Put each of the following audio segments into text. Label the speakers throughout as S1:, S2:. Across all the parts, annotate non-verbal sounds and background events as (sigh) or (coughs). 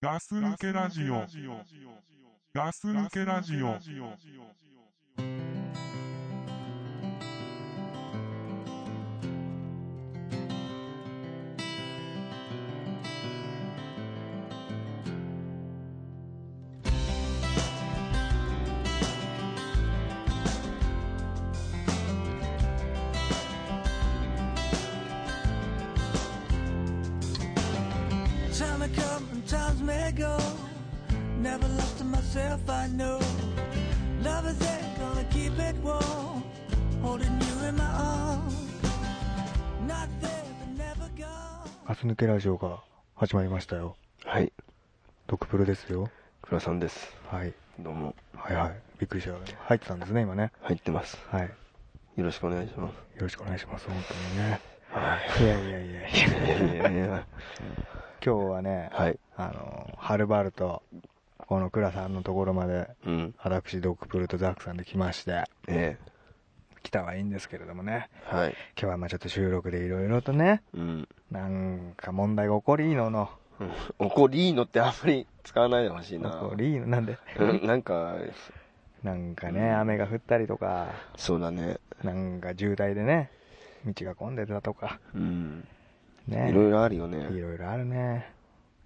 S1: ガス抜けラジオ。ガス抜けラジオ。
S2: Time may come and times may go. Never lost to myself, I know. Love is it, gonna keep it warm. Holding you in my arms. Not there, but never gone.
S3: ガス抜けラジオが始まりましたよ。
S4: はい、
S3: ドクプルですよ。
S4: 倉さんです。
S3: はい。
S4: どうも、
S3: はいはい。びっくりした。入ってたんですね、今ね。
S4: 入ってます。
S3: はい。よ
S4: よろしくお願いします。
S3: ろしくお願いします、本当にね。
S4: はい
S3: やいやいやいや。
S4: いやいやいや、
S3: 今日はね、
S4: はい、
S3: あの、はるばると、この倉さんのところまで、
S4: うん、
S3: 私、ドクプルとザックさんで来まして、
S4: え
S3: 来たはいいんですけれどもね。
S4: え、はい、
S3: 今日はまあちょっと収録でいろいろとね、
S4: うん。
S3: なんか問題が起こりのの。
S4: 怒りーのってあんまり使わないでほし
S3: 起
S4: いな。
S3: こりの、なんで
S4: うんなんか、
S3: なんかね、雨が降ったりとか、
S4: そうだね、
S3: なんか渋滞でね、道が混んでたとか、
S4: うん、
S3: ね。
S4: いろいろあるよ
S3: い
S4: ね。
S3: ろいろあるね。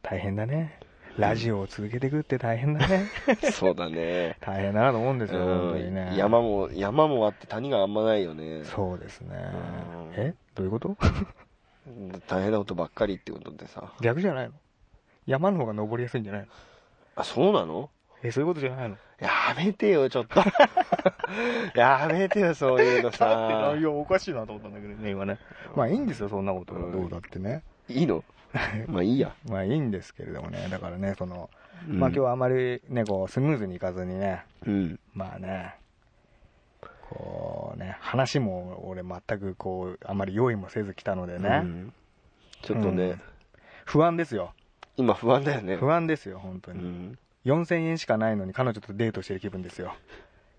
S3: 大変だね。ラジオを続けていくって大変だ
S4: (laughs)
S3: ね。
S4: そうだね。
S3: 大変だなと思うんですよ、本当にね
S4: う。ん山も、山もあって谷があんまないよね。
S3: そうですね
S4: ん。
S3: えどういうこと
S4: 大変なことばっかりってことでさ。
S3: 逆じゃないの山の方が登りやすいんじゃないの
S4: あ、そうなの
S3: え、そういうことじゃないの
S4: やめてよ、ちょっと。やめてよ、そういうの
S3: (laughs)
S4: さ。
S3: いや、おかしいなと思ったんだけどね、今ね。まあいいんですよ、そんなことは
S4: うん
S3: どうだってね。
S4: いいのまあいいや。
S3: まあいいんですけれどもね、だからね、その、まあ今日はあまりね、こう、スムーズにいかずにね、
S4: うん。
S3: まあね、こうね、話も俺全くこう、あまり用意もせず来たので
S4: う
S3: ね、
S4: ん。ちょっとね、
S3: うん不安ですよ。
S4: 今不安だよね。
S3: 不安ですよ、本当
S4: う
S3: に。
S4: ん。
S3: 4000円しかないのに彼女とデートしてる気分ですよ。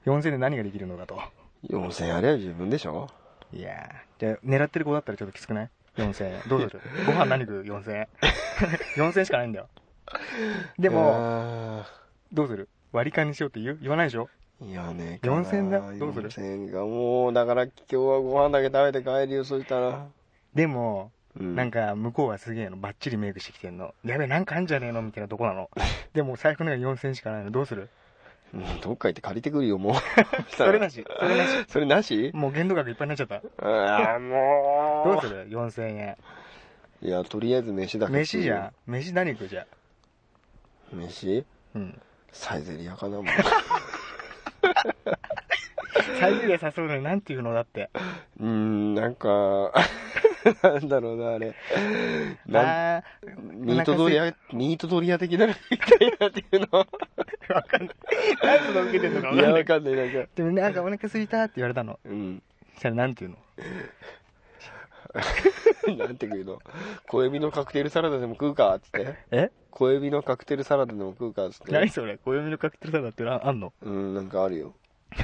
S3: 4000円で何ができるのかと。
S4: 4000円あれは自分でしょ
S3: いやー。じゃあ、狙ってる子だったらちょっときつくない ?4000 円。どうす
S4: (laughs)
S3: るご飯何食う ?4000 円。4000円しかないんだよ。でも、
S4: も、
S3: どうする割り勘にしようって言う言わないでしょ
S4: いやね。
S3: 4000円だどうする
S4: ?4000 円がもう、だから今日はご飯だけ食べて帰るよ、そしたら。
S3: でも、
S4: うん
S3: なんか向こうはすげえの、バッチリメイクしてきてんの。やべえ、なんかあんじゃねえのみたいなとこな (laughs) の。でも財布の中に4000円しかないの。どうする
S4: うんどっか行って借りてくるよ、もう。
S3: (laughs)
S4: そ
S3: それなし。それなし。
S4: (laughs) それなし
S3: もう限度額いっぱいになっちゃった。
S4: ああ、もう。
S3: どうする ?4000 円。
S4: いや、とりあえず飯だけ。
S3: 飯じゃん飯何食うじゃん
S4: 飯
S3: うん
S4: サイゼリアかな、もう。 (laughs)
S3: 最後で誘うのになんていうのだって
S4: うーん、なんか、 (laughs) なんだろうな、あれ。なん
S3: あ
S4: ミートドリア、ミートドリア的なのみたいなっていうの。
S3: ーわかんない何その受けてんのかわ
S4: い
S3: か
S4: や、
S3: んな
S4: わ
S3: い
S4: かん (laughs) ない、なんか。
S3: でもねなんかお腹空いたって言われたの
S4: うん。
S3: そしたらなんていうの
S4: なんていうの。小エビのカクテルサラダでも食うか、つって。
S3: え
S4: 小エビのカクテルサラダでも食うか、つって。
S3: 何それ暦のカクテルサラダってああんの
S4: うん、なんかあるよ。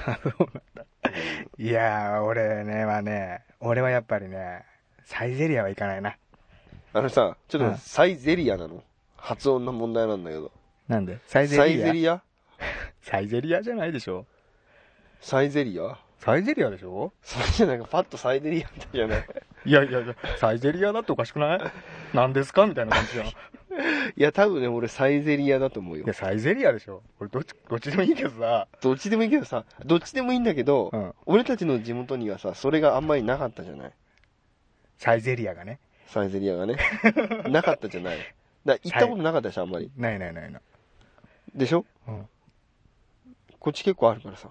S3: あそうなんだいやー俺ねはね俺はやっぱりねサイゼリアは行かないな
S4: あのさ、ちょっと
S3: う
S4: 待
S3: ん
S4: ってサイゼリアなの。発音の問題なんだけど。
S3: なんでサイゼリア
S4: サイゼリア
S3: サイゼリアじゃないでしょ
S4: サイゼリア
S3: サイゼリアでしょ
S4: それじゃなんかパッとサイゼリアみたいじゃ (laughs) ない。
S3: いやいやいやサイゼリアだっておかしくない何ですかみ (laughs) たいな感じじゃん
S4: いや、多分ね、俺サイゼリアだと思うよ
S3: いや、。サイゼリアでしょ。俺、どっち、どっちでもいいけどさ。
S4: どっちでもいいけどさ、どっちでもいいんだけど、
S3: うん
S4: 俺たちの地元にはさ、それがあんまりなかったじゃない
S3: サイゼリアがね。
S4: サイゼリアがね。 (laughs) なかったじゃないだ行ったことなかったでしょ、あんまり。
S3: ないないないない。
S4: でしょ
S3: うん。
S4: こっち結構あるからさ。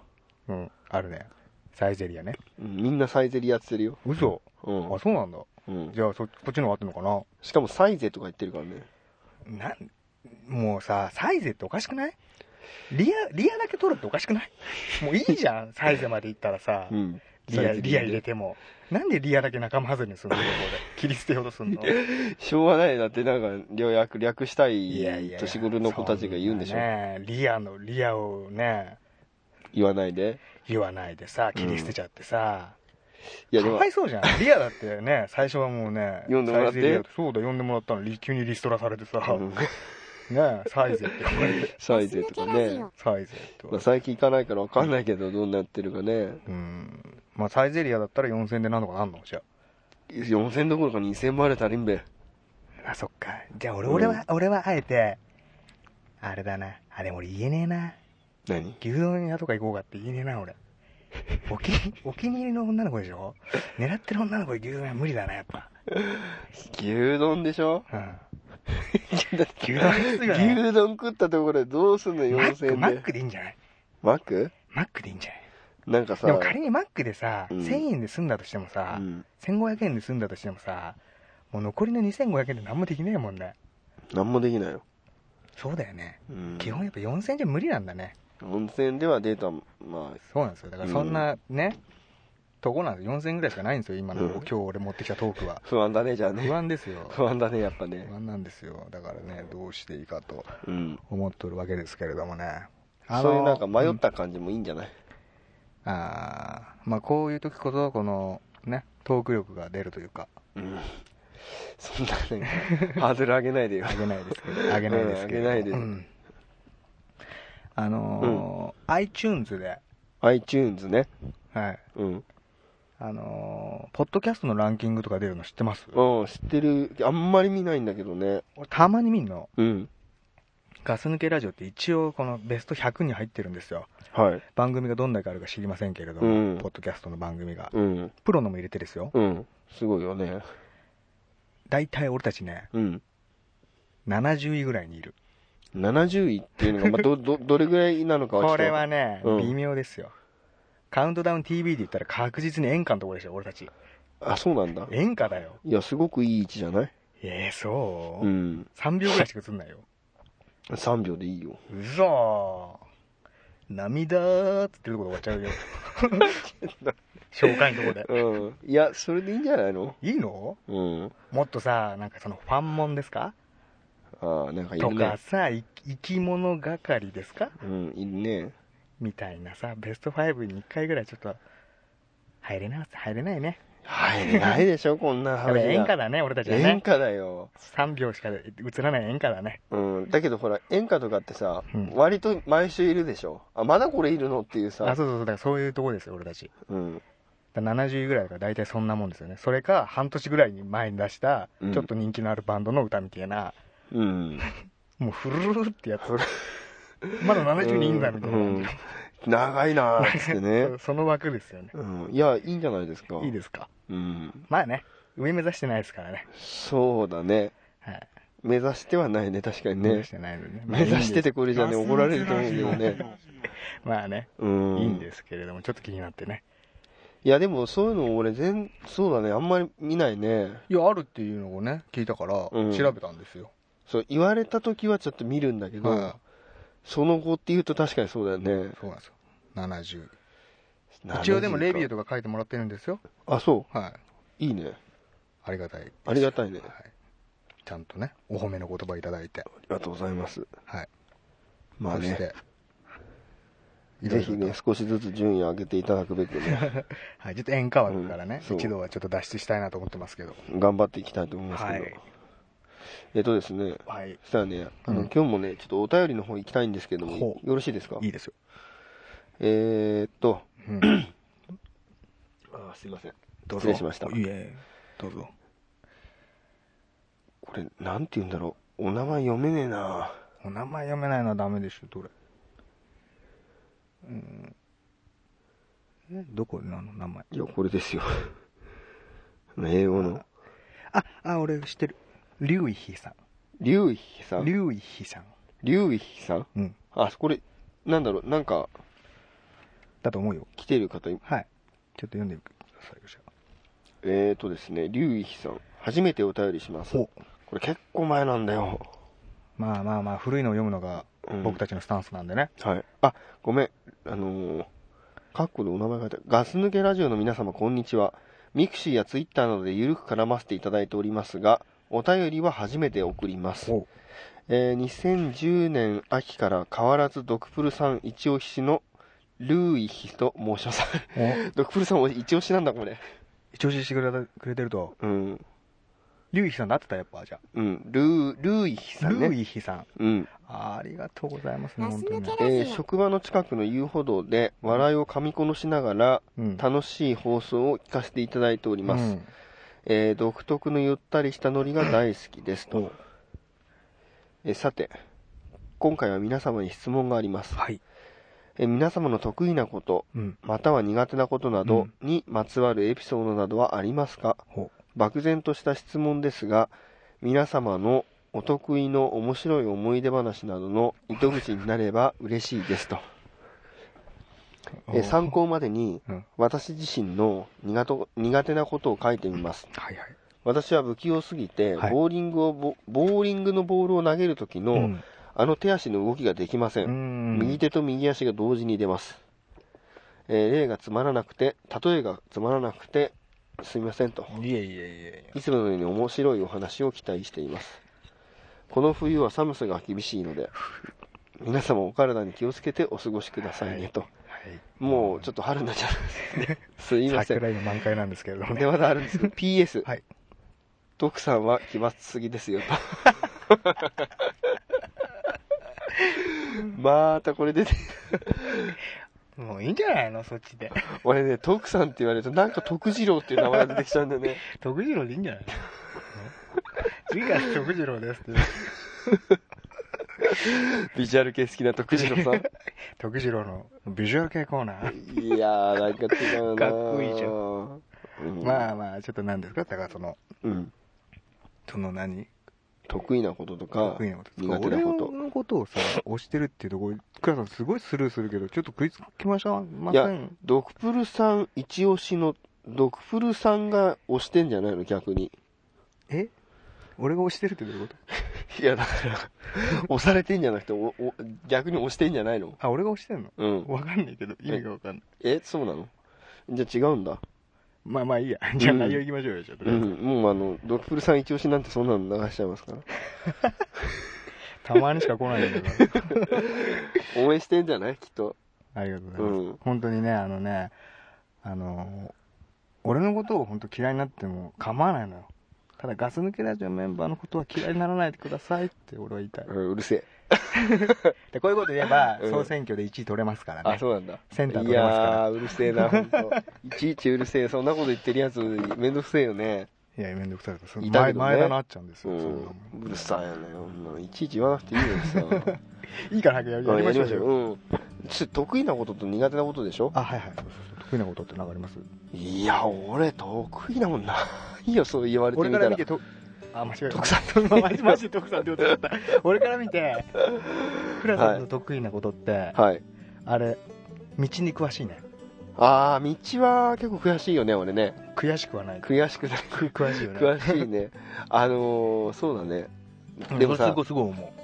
S3: うん。あるね。サイゼリアね。
S4: うんみんなサイゼリアって言ってるよ。
S3: 嘘。
S4: うん
S3: あ、。そうなんだ。
S4: うん、
S3: じゃあ、そ、こっちの方が合ってんのか
S4: しかもサイゼとか言ってるからね。
S3: ななん、もうさ、サイゼっておかしくないリア、リアだけ取るっておかしくないもういいじゃん。サイゼまで行ったらさ
S4: う。ん。
S3: リア、
S4: サイゼ
S3: リア入れても。なんでリアだけ仲間外れにすんのここで。切り捨てようとすんの
S4: しょうがないよだってなんか、略、略したい
S3: いやいや。
S4: 年頃の子たちが言うんでしょ
S3: そなねリアの、リアをね、
S4: 言わないで。
S3: 言わないでさ、切り捨てちゃってさ。
S4: いや、で
S3: か
S4: も
S3: わ、いそうじゃん。リアだってね、最初はもうね、 (laughs)
S4: 呼んでもらって
S3: サイゼリヤそうだ、呼んでもらったのに、急にリストラされてさ、
S4: うん
S3: ねえサイゼって呼ばれ (laughs) て。
S4: サイゼとかね。
S3: サイゼって呼ば
S4: まあ、
S3: れて。
S4: 最近行かないから分かんないけど、どんなやってるかね。
S3: うん。まあ、サイゼリアだったら4000でなんとかなんのじゃ
S4: 4000どころか2000まで足りんべ。
S3: あ。あ、そっか。じゃあ俺、
S4: うん
S3: 俺は、俺はあえて、あれだな。あ、でも俺言えねえな。
S4: 何
S3: 牛丼屋とか行こうかって言えねえな、
S4: (laughs)
S3: 俺。お気にお気に入りの女の子でしょ狙ってる女の子で牛丼屋無理だな、やっぱ。
S4: 牛丼でしょ
S3: うん。
S4: (laughs) だって
S3: 牛丼ですよね
S4: 牛丼食ったところでどうすんの
S3: マッ
S4: 4000
S3: ク、
S4: で。
S3: マックでいいんじゃない
S4: マック
S3: マックでいいんじゃない
S4: なんかさ。
S3: でも仮にマックでさ、
S4: うん
S3: 1000円で済んだとしてもさ、
S4: うん。
S3: 1500円で済んだとしてもさ、もう残りの2500円で何もできないもんね。
S4: なんもできないよ。
S3: そうだよね。
S4: うん。
S3: 基本やっぱ4000じゃ無理なんだね。
S4: 温泉ではデータ、ま
S3: そうなんですよ。だからそんなね、とこなんです4000ぐらいしかないんですよ、今の、
S4: うん
S3: 今日俺持ってきたトークは
S4: あ、。不安だね、じゃあ
S3: 不
S4: (laughs) ね。
S3: 安ですよ。
S4: 不安だね、やっぱね
S3: 不。安なんですよ。だからね、どうしていいかと
S4: うん。
S3: 思っとるわけですけれどもね。あの
S4: そういうなんか迷った感じもいいんじゃない
S3: あーまあこういう時こそこのねトーク力が出るというか
S4: うん。 (laughs) そんな、なんか、ハードル上げな
S3: (laughs)
S4: いでよ。
S3: あげないですけどあげないですけど、
S4: (laughs) うんあげないです
S3: んあのー iTunes で、
S4: iTunes ね。
S3: はい
S4: うん。
S3: あのーポッドキャストのランキングとか出るの知ってます
S4: うん、知ってる。あんまり見ないんだけどね。
S3: 俺たまに見んの
S4: うん。
S3: ガス抜けラジオって一応このベスト100に入ってるんですよ
S4: はい。
S3: 番組がどんだけあるか知りませんけれども、
S4: うん
S3: ポッドキャストの番組が
S4: うん。
S3: プロのも入れてですよ
S4: うん。すごいよね。
S3: 大体俺たちね
S4: うん。
S3: 70位ぐらいにいる
S4: 70位っていうのが、まあ、ど、ど、どれぐらいなのかはちょっ
S3: ことれはね、
S4: うん
S3: 微妙ですよ。カウントダウン TV で言ったら確実に演歌のところでしょ、俺たち。
S4: あ、そうなんだ。
S3: 演歌だよ。
S4: いや、すごくいい位置じゃない
S3: ええそう、
S4: うん。
S3: ?3 秒ぐらいしか映んないよ。
S4: 3秒でいいよ。
S3: うそー涙ーっつってるとこで終
S4: (laughs)
S3: わっちゃうよ。紹介のとこで。
S4: うん。いや、それでいいんじゃないの
S3: いいの
S4: うん。
S3: もっとさ、なんかそのファンモンですか
S4: ああ、なんかい
S3: と
S4: る
S3: か
S4: ね。
S3: さ、い生き物係ですか
S4: うん、いるね。
S3: みたいなさ、ベスト5に1回ぐらいちょっと、入れな、入れないね。
S4: 入れないでしょ、こんな
S3: やっぱ
S4: 話が。
S3: 演歌だね、俺たちはね。
S4: 演歌だよ。
S3: 3秒しか映らない演歌だね。
S4: うん。だけどほら、演歌とかってさ、
S3: うん
S4: 割と毎週いるでしょ。あ、まだこれいるのっていうさ。
S3: あそうそうそう、だからそういうとこですよ、俺たち。
S4: うん。
S3: だから70位ぐらいだから大体そんなもんですよね。それか、半年ぐらいに前に出した、
S4: うん
S3: ちょっと人気のあるバンドの歌みたいな、
S4: うん。
S3: もうフルルルってやつ。まだ70人いんだみたいな
S4: うんうん長いなーっつってね
S3: (laughs) そ。その枠ですよね。
S4: うん。いや、いいんじゃないですか。
S3: いいですか。
S4: うん。
S3: まあね、上目指してないですからね。
S4: そうだね。
S3: はい。
S4: 目指してはないね、確かに
S3: 目指
S4: ね
S3: し。てないのでね。まあ
S4: (laughs) 目指しててこれじゃね、怒られると思うけど
S1: ガス抜け
S4: ね。
S1: ラジオ
S3: まあね、
S4: うん。
S3: いいんですけれども、ちょっと気になってね。
S4: いや、でもそういうの俺全、そうだね、あんまり見ないね。
S3: いや、あるっていうのをね、聞いたから、
S4: うん
S3: 調べたんですよ。
S4: そう、言われた時はちょっと見るんだけど、
S3: はい
S4: その後って言うと確かにそうだよね。
S3: そうなんですよ。70。一応でもレビューとか書いてもらってるんですよ。
S4: あ、そ
S3: はい。
S4: う。いいね。
S3: ありがたい。
S4: ありがたいね。
S3: は
S4: あ
S3: い、ちゃんとね、お褒めの言葉いただいて、
S4: りがとうございます。
S3: はい。
S4: まあ
S3: そし
S4: ね、
S3: て、いろ
S4: ぜ
S3: い
S4: ひ
S3: ろと
S4: ね、、少しずつ順位を上げていただくべく
S3: (laughs)
S4: ね、
S3: はい、ちょっと演歌枠からね
S4: うん、そう
S3: 一度はちょっと脱出したいなと思ってますけど、
S4: 頑張っていきたいと思いますけど。
S3: はい
S4: えっとですね、
S3: はい、
S4: そしたらね、あの、
S3: うん
S4: 今日もね、ちょっとお便りの方行きたいんですけども、
S3: ほ
S4: よ
S3: う
S4: ろしいですか
S3: いいですよ。
S4: えーっと、
S3: うん、
S4: あすいません。
S3: どうぞ。
S4: 失礼しました
S3: いいえ、どうぞ。
S4: これ、なんて言うんだろう。お名前読めねえな
S3: お名前読めないのはダメでしょ、どれ。うん。え、どこなの、名前。
S4: いや、これですよ。 (laughs) 英語の。
S3: あ、あ、俺知ってる。リュウイヒさ
S4: リュウイヒさ
S3: ん。
S4: ん
S3: リ。ュウイヒさん。
S4: リュウイヒさん
S3: うん。
S4: あ、これ、なんだろう、なんか、
S3: だと思うよ。
S4: 来てる方、い
S3: はい。ちょっと読んでくださいよ、じゃあ
S4: えーとですね、リュウイヒさん。初めてお便りします。
S3: ほ
S4: これ結構前なんだよ。
S3: まあまあまあ、古いのを読むのが
S4: うん
S3: 僕たちのスタンスなんでね。
S4: はい。あ、ごめん。あのー、カッコでお名前書いてあるガス抜けラジオの皆様、こんにちは。ミクシーやツイッターなどでゆるく絡ませていただいておりますが、お便りは初めて送ります。
S3: おう
S4: えー2010年秋から変わらずドクプルさん一押しのルーイヒと申します。 (laughs) ドクプルさんも一押しなんだ、これ。
S3: 一押ししてくれたくれてると
S4: うん。
S3: 龍一さんだってた、やっぱ、じゃ
S4: うん、ルー、ルーイヒ
S3: あ。
S4: さんね。
S3: 龍一さん。
S4: うん。
S3: あーありがとうございますね、
S5: ガ
S3: 本
S5: ス
S3: 当
S5: 抜
S3: に
S5: け。
S4: えー職場の近くの遊歩道で笑いを噛み殺しながら
S3: うん。
S4: 楽しい放送を聞かせていただいております。
S3: うん
S4: えー独特のゆったりしたノリが大好きですと。
S3: お
S4: えーさて、今回は皆様に質問があります。
S3: はい。
S4: えー皆様の得意なこと、
S3: うん。
S4: または苦手なことなどにまつわるエピソードなどはありますか、
S3: ほ
S4: 漠然とした質問ですが、皆様のお得意の面白い思い出話などの糸口になれば嬉しいですと。えー参考までに
S3: うん
S4: 私自身の苦と苦手なことを書いてみます。
S3: はいはい。
S4: 私は不器用すぎて、
S3: はい
S4: ボーリングをボ、ボーリングのボールを投げるときの、
S3: うん
S4: あの手足の動きができませ。
S3: うんん。
S4: 右手と右足が同時に出ます。えー例がつまらなくて、例えがつまらなくて、すみませんと。
S3: いえいえいえいえ。
S4: いつものように面白いお話を期待しています。この冬は寒さが厳しいので、皆様お体に気をつけてお過ごしくださいねと。
S3: はい。
S4: もうちょっと春になっちゃうんですね。すいません。
S3: 桜今満開なんですけれども
S4: で、
S3: ね。
S4: まだあるんです (laughs) けど、PS。
S3: はい
S4: 徳さんは奇抜すぎですよ、と。 (laughs) またこれ出て、
S3: もういいんじゃないのそっち (laughs) で。
S4: 俺ね、徳さんって言われると、なんか徳次郎っていう名前が出てきちゃうんだよね。
S3: 徳次郎でいいんじゃない (laughs) の次が徳次郎ですって。
S4: (laughs) ビジュアル系好きな徳次郎さん。
S3: 徳次郎のビジュアル系コーナー。
S4: いやー、なんか違うなー
S3: かっこいいじゃ
S4: うん。
S3: まあまあ、ちょっと何ですかだからその、
S4: うん。
S3: その何
S4: 得意なこととか、
S3: 得意なこと
S4: 苦手なこと
S3: 俺。のことをさ、押してるっていうところ、クラさんすごいスルーするけど、ちょっと食いつきましょう。ま
S4: いや
S3: せん。
S4: ドクプルさん一押しの、ドクプルさんが押してんじゃないの逆に。
S3: え俺が押してるってどういうこと
S4: いや、だから、 (laughs) 押されてんじゃなくて、おお逆に押してんじゃないの
S3: あ、俺が押してんの
S4: うん。
S3: わかんないけど、意味がわかんない。
S4: え、そうなのじゃあ違うんだ。
S3: まあまあいいや。じゃあ
S4: うん
S3: 内容いきましょうよ、ちょっと。
S4: うん。もうあの、ドクプルさん一押しなんてそんなの流しちゃいますから。
S3: たまにしか来ないんだけ
S4: (laughs)
S3: ど。
S4: 応援してんじゃないきっと。
S3: ありがとうございます。
S4: うん
S3: 本当にね、あのね、あの、俺のことを本当嫌いになっても構わないのよ。ただガス抜けラジオメンバーのことは嫌いにならないでくださいって俺は言いたい。
S4: うん、うるせえ。
S3: で (laughs) こういうこと言えば、
S4: うん
S3: 総選挙で1位取れますからね。
S4: あ、そうなんだ。
S3: センター
S4: い
S3: 取れますから
S4: やー、うるせ
S3: (laughs)
S4: えな、ほんと。いちいちうるせえ。そんなこと言ってるやつ、めんどくせえよね。
S3: いや、めんどくさいから、その
S4: いた
S3: 前
S4: けどね
S3: 前田なっちゃうんです
S4: う
S3: よ。そん
S4: ん
S3: なもん。
S4: うるさいよね、そんなのいちいち言わなくていいのにさ。
S3: いいから早 (laughs) くやりましょうよ。
S4: うん。ちょっと得意なことと苦手なことでしょ
S3: あ、はいはい。そうそうそう得意なことって何かあります
S4: いや、俺、得意なもんないいよ、そう言われてみたら。
S3: と、あ、間違えた。
S4: 徳
S3: 徳
S4: さ
S3: さ
S4: ん
S3: んと、マジマジ徳さんってことだった。 (laughs) 俺から見て、クラさんの得意なことって、
S4: はい。
S3: あれ、道に詳しいね。
S4: ああ、道は結構悔しいよね、俺ね。
S3: 悔しくはない。
S4: 悔しくない。
S3: く詳しいよね。
S4: 詳しいね。あのー、そうだね。
S3: うん
S4: でもさ
S3: それすごいすごい思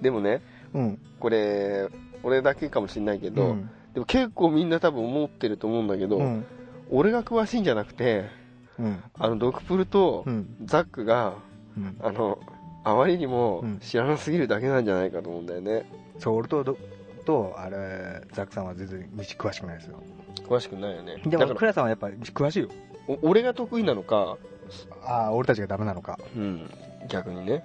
S4: でもね、
S3: う。うん。
S4: これ、俺だけかもしれないけ
S3: う
S4: ど、
S3: ん。
S4: でも結構みんな多分思ってると思うんだけど、
S3: うん。
S4: 俺が詳しいんじゃなくて、
S3: うん。
S4: あの、ドクプルと
S3: うん。
S4: ザックが、
S3: うん。
S4: あの、あまりにも
S3: うん
S4: 知らなすぎるだけなんじゃないかと思うんだよね。
S3: そう、俺とど、と、あれ、ザックさんは全然道詳しくないですよ。
S4: 詳しくないよね。
S3: で
S4: だ
S3: も、
S4: か
S3: ク
S4: ら、
S3: ラさんはやっぱ詳しいよ。
S4: お俺が得意なのか、
S3: ああ、俺たちがダメなのか。
S4: うん、逆にね。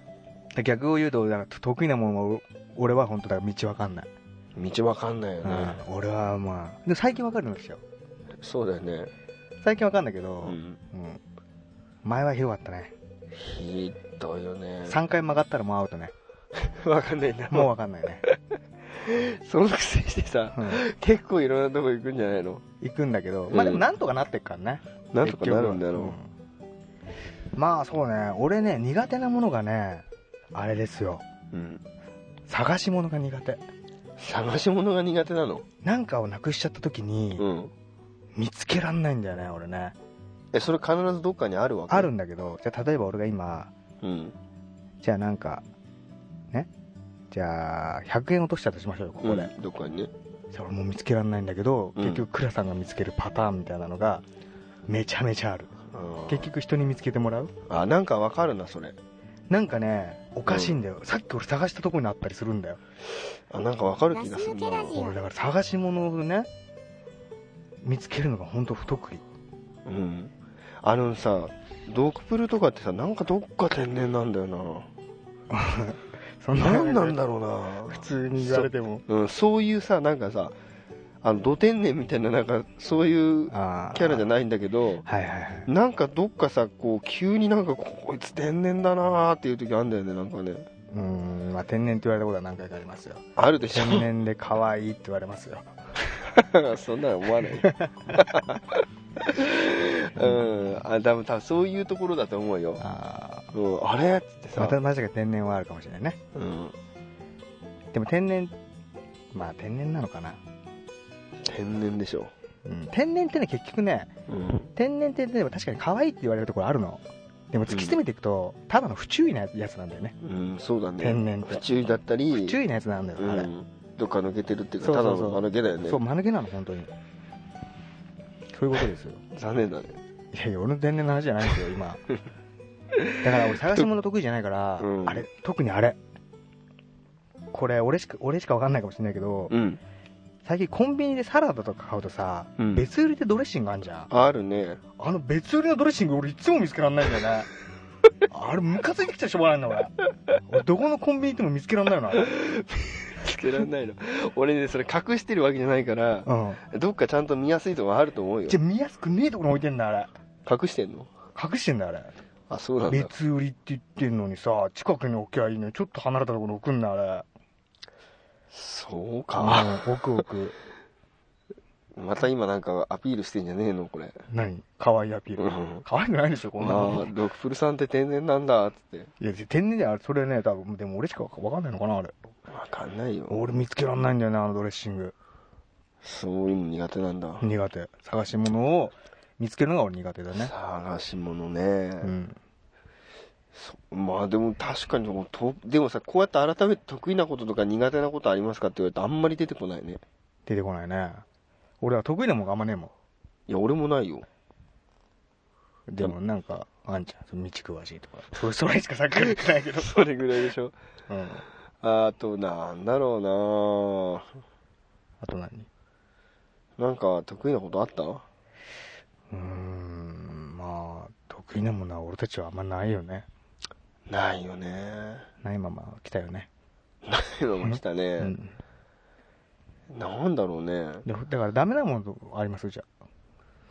S3: 逆を言うと、だから得意なものは、俺は本当だから道わかんない。
S4: 道わかんないよ
S3: う
S4: ね
S3: ん。。俺はまあ、でも最近わかるんですよ。
S4: そうだよね。
S3: 最近わかんないけど、
S4: う
S3: うん。
S4: ん。
S3: 前はひどかったね。
S4: ひどいよね。
S3: 3回曲がったらもうアウトね。
S4: わかんないな。
S3: もうわかんないね。
S4: そのくせにしてさ、
S3: うん。
S4: 結構いろんなとこ行くんじゃないの
S3: 行くんだけど、
S4: うん
S3: まあでもなんとかなってっからね。
S4: なんとかなるんだろう。
S3: うんまあそうね俺ね苦手なものがねあれですよ
S4: うん。
S3: 探し物が苦手
S4: 探し物が苦手なの。
S3: なんかをなくしちゃった時に
S4: うん。
S3: 見つけらんないんだよね俺ね
S4: え、それ必ずどっかにあるわけ
S3: あるんだけどじゃあ例えば俺が今
S4: うん。
S3: じゃあなんかねじゃあ100円落としたとしましょうよここで、
S4: うんどっかにね。
S3: じゃあ俺もう見つけらんないんだけど
S4: うん
S3: 結局倉さんが見つけるパターンみたいなのがめちゃめちゃある
S4: あー
S3: 結局人に見つけてもらう
S4: あ、なんかわかるな、それ。
S3: なんかねおかしいんだよ、さっき俺探したとこにあったりするんだよ
S4: あ、なんかわかる気がするな。
S5: ガス抜けラジオ
S3: 俺だから探し物をね見つけるのが本当不得意
S4: うん。あのさドクプルとかってさなんかどっか天然なんだよ
S3: そ
S4: なん
S3: な
S4: 何なんだ
S3: ろ
S4: ろうな
S3: 普通に言われても
S4: うん、そういうさなんかさあのド天然みたいななんかそういう
S3: あ
S4: キャラじゃ
S3: ない
S4: ないんだけど
S3: はいはいはい
S4: なんかどっかさこう急になんかこいつ天然だなーっていう時あるんだよねなんかね
S3: うーんまあ天然って言われたことは何回かありますよ
S4: あるでしょ
S3: 天然で可愛いって言われますよ
S4: (laughs) そんなの思
S3: (laughs)
S4: わないうんあ多分多分そういうところだと思うよ、
S3: ああ
S4: うん、あれっつってさ、
S3: またまさか天然はあるかもしれないね
S4: うん、
S3: でも天然まあ天然なのかな、
S4: 天然でしょ、
S3: うん、天然ってね結局ね
S4: うん、
S3: 天然ってでも確かに可愛いって言われるところあるのでも突き詰めていくと、ただの不注意なやつなんだよね
S4: うん、そうだね
S3: 天然って
S4: 不注意だったり
S3: 不注意なやつなんだよ、
S4: う
S3: あれ
S4: ん、どっか抜けてるっていう
S3: そ
S4: か
S3: う
S4: ただ
S3: そうそう
S4: の間抜けだよね
S3: そう間抜けなの本当にそういうことです (laughs) よ
S4: 残念だね
S3: いやいや俺の天然の話じゃないんですよ今だから俺探し物得意じゃないから、
S4: うん
S3: あれ特にあれこれ俺しか俺しか分かんないかもしれないけど、
S4: うん、
S3: 最近コンビニでサラダとか買うとさ、
S4: うん
S3: 別売りでドレッシングあんじゃん
S4: あるね
S3: あの別売りのドレッシング俺いつも見つけられないんだよ
S4: (laughs)
S3: ねあれムカついてきちゃしょうがないんだ俺俺どこのコンビニ行っても見つけられないのあれ
S4: つけられないの俺ねそれ隠してるわけじゃないから
S3: うん
S4: どっかちゃんと見やすいとこあると思うよ
S3: じゃあ見やすくねえところに置いてんだあれ
S4: 隠してんの
S3: 隠してんだあれ
S4: あそうなんだ
S3: 別売りって言ってんのにさ近くに置きゃいいのにちょっと離れたところに置くんだあれ
S4: そうか、
S3: うん奥奥
S4: また今なんかアピールしてんじゃねえのこれ
S3: 何可愛いアピー
S4: う
S3: ル
S4: ん
S3: 可愛くないでしょこんな
S4: あ
S3: の
S4: あドクプルさんって天然なんだっつって
S3: いや天然じゃんそれね多分でも俺しか分かんないのかなあれ
S4: わかんないよ
S3: 俺見つけらんないんだよねあのドレッシング
S4: そういうの苦手なんだ
S3: 苦手探し物を見つけるのが俺苦手だね
S4: 探し物ね、
S3: うん
S4: まあでも確かにでもとでもさこうやって改めて得意なこととか苦手なことありますかって言われてあんまり出てこないね
S3: 出てこないね俺は得意なもんがあんまねえも
S4: いや俺もないよ
S3: んでもなんかあんちゃん道詳しいとかそれそれしかさっきから言ってない
S4: (laughs)
S3: けど
S4: (laughs) それぐらいでしょ
S3: うん
S4: あとなんだろ
S3: あと何
S4: うななんか得意なことあった
S3: うーんまあ得意なものは俺たちはあんまないよね
S4: ないよね
S3: ないまま来たよね、
S4: ないのも来た
S3: う
S4: ね、
S3: ん、
S4: なんだろうね
S3: でだからダメなものありますじゃあ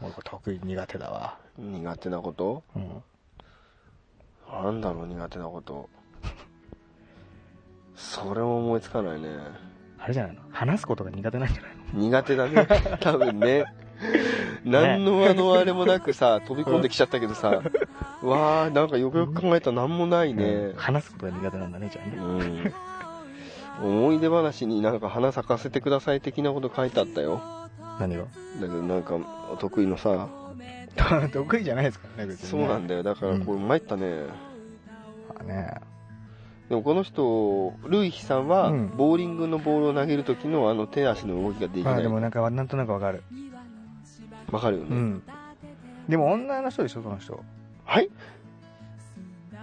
S3: 俺これ得意苦手だわ
S4: 苦手なこと
S3: うん
S4: なんだろう苦手なことそれも思いつかないね
S3: あれじゃないの話すことが苦手なんじゃないの
S4: 苦手だ (laughs) ね多分ね何のあのあれもなくさ飛び込んできちゃったけどさわあなんかよくよく考えたら何もないね
S3: うん話すことが苦手なんだねじゃあね
S4: うん思い出話になんか花咲かせてください的なこと書いてあったよ
S3: 何を
S4: だけどなんかお得意のさ
S3: (laughs) 得意じゃないですからね別に
S4: そうなんだよだからこれ参ったね、
S3: だね
S4: でもこの人ルイヒさんは
S3: うん
S4: ボーリングのボールを投げる時のあの手足の動きができ
S3: ま
S4: な
S3: あ
S4: い
S3: でもなんかなんとなくわかる
S4: わかるよね、
S3: うんでも女の人でしょその人
S4: はい